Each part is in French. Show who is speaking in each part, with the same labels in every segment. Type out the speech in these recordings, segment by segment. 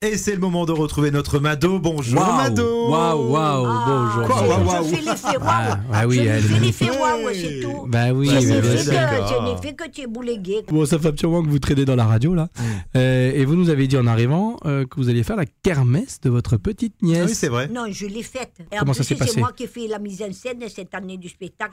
Speaker 1: Et c'est le moment de retrouver notre Mado. Bonjour
Speaker 2: Waouh,
Speaker 1: Mado.
Speaker 2: Waouh, waouh,
Speaker 3: Ah,
Speaker 2: bonjour.
Speaker 1: Quoi,
Speaker 2: bonjour.
Speaker 1: waouh, waouh.
Speaker 3: Je fais l'effet waouh.
Speaker 2: Ah, ah oui,
Speaker 3: je
Speaker 2: elle-
Speaker 3: fais l'effet waouh, c'est tout.
Speaker 2: Bah oui,
Speaker 3: je
Speaker 1: Ouais,
Speaker 2: mais
Speaker 3: n'ai
Speaker 1: c'est
Speaker 2: bien
Speaker 3: fait
Speaker 1: vrai,
Speaker 2: sûr.
Speaker 3: que-
Speaker 1: d'accord.
Speaker 3: je n'ai fait que tu es boulégué.
Speaker 2: Bon, ça fait absolument que vous traînez dans la radio là.
Speaker 1: Mm.
Speaker 2: Euh, et vous nous avez dit en arrivant euh, que vous alliez faire la kermesse de votre petite
Speaker 1: Ah
Speaker 2: nièce.
Speaker 1: oui, c'est vrai.
Speaker 3: Non, je l'ai faite. Et
Speaker 2: Comment
Speaker 3: en
Speaker 2: ça
Speaker 3: plus,
Speaker 2: s'est
Speaker 3: c'est
Speaker 2: passé
Speaker 3: moi qui ai fait la mise en scène cette année du spectacle.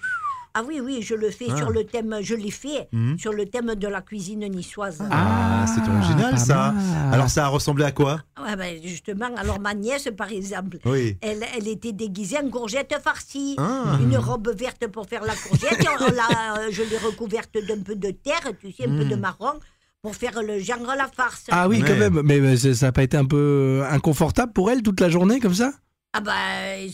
Speaker 3: Ah oui, oui, je le fais
Speaker 1: Ah.
Speaker 3: sur le thème, je l'ai fait
Speaker 1: Mhm.
Speaker 3: sur le thème de la cuisine niçoise.
Speaker 1: Ah, c'est original
Speaker 2: pas
Speaker 1: ça.
Speaker 2: mal.
Speaker 1: Alors ça a ressemblé à quoi
Speaker 3: Ouais, ben, justement, alors ma nièce, par exemple,
Speaker 1: Oui.
Speaker 3: elle, elle était déguisée en courgette farcie.
Speaker 1: Ah.
Speaker 3: Une robe verte pour faire la courgette. Et on l'a, euh, je l'ai recouverte d'un peu de terre, tu sais, un peu de marron, pour faire le genre la farce.
Speaker 2: Ah oui, quand
Speaker 1: Ouais.
Speaker 2: même. Mais euh, c'est- ça n'a pas été un peu euh, inconfortable pour elle toute la journée comme ça
Speaker 3: Ah bah,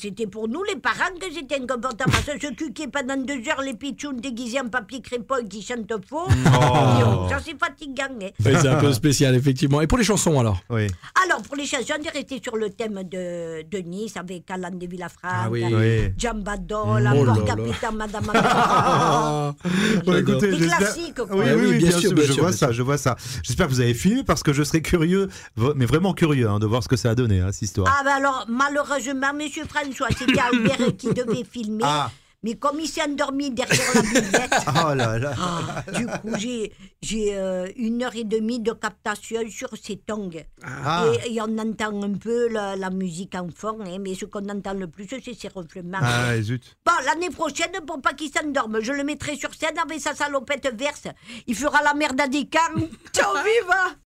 Speaker 3: c'était pour nous, les parents, que c'était inconfortable. Parce que se cuquer pendant deux heures, les pitchouns déguisés en papier crépon et qui chantent faux,
Speaker 1: Oh.
Speaker 3: ça c'est fatigant. hein.
Speaker 2: C'est un peu spécial, effectivement. Et pour les chansons alors
Speaker 1: Oui.
Speaker 3: Alors, pour les chansons, on est resté sur le thème de, de Nice, avec Alain de Villafranca,
Speaker 2: Ah oui.
Speaker 1: Oui.
Speaker 3: Jambadol, la
Speaker 2: Oh là
Speaker 3: Porte
Speaker 2: là.
Speaker 3: Capitaine, Madame Antoine.
Speaker 1: Bon,
Speaker 2: J'adore.
Speaker 1: écoutez,
Speaker 3: Des
Speaker 1: j'espère-
Speaker 3: classiques, quoi.
Speaker 1: Oui,
Speaker 2: Ah
Speaker 1: oui,
Speaker 2: oui,
Speaker 1: oui, bien,
Speaker 2: bien
Speaker 1: sûr,
Speaker 2: sûr, bien
Speaker 1: je
Speaker 2: sûr,
Speaker 1: vois
Speaker 2: bien
Speaker 1: ça, je vois ça. J'espère que vous avez filmé parce que je serais curieux, v- mais vraiment curieux, hein, de voir ce que ça a donné, hein, cette histoire.
Speaker 3: Ah bah alors, malheureusement, Monsieur François, c'était Albert qui devait filmer.
Speaker 1: Ah.
Speaker 3: Mais comme il s'est endormi derrière la buvette,
Speaker 1: Oh là là.
Speaker 3: Ah, du coup, j'ai, j'ai euh, une heure et demie de captation sur ces tongs.
Speaker 1: Ah.
Speaker 3: Et, et on entend un peu la, la musique en fond, hein, mais ce qu'on entend le plus, c'est ses ronflements.
Speaker 1: Ah ouais, zut.
Speaker 3: Bon, l'année prochaine, pour pas qu'il s'endorme, je le mettrai sur scène avec sa salopette verse. Il fera la merde à des camps. Ciao, vive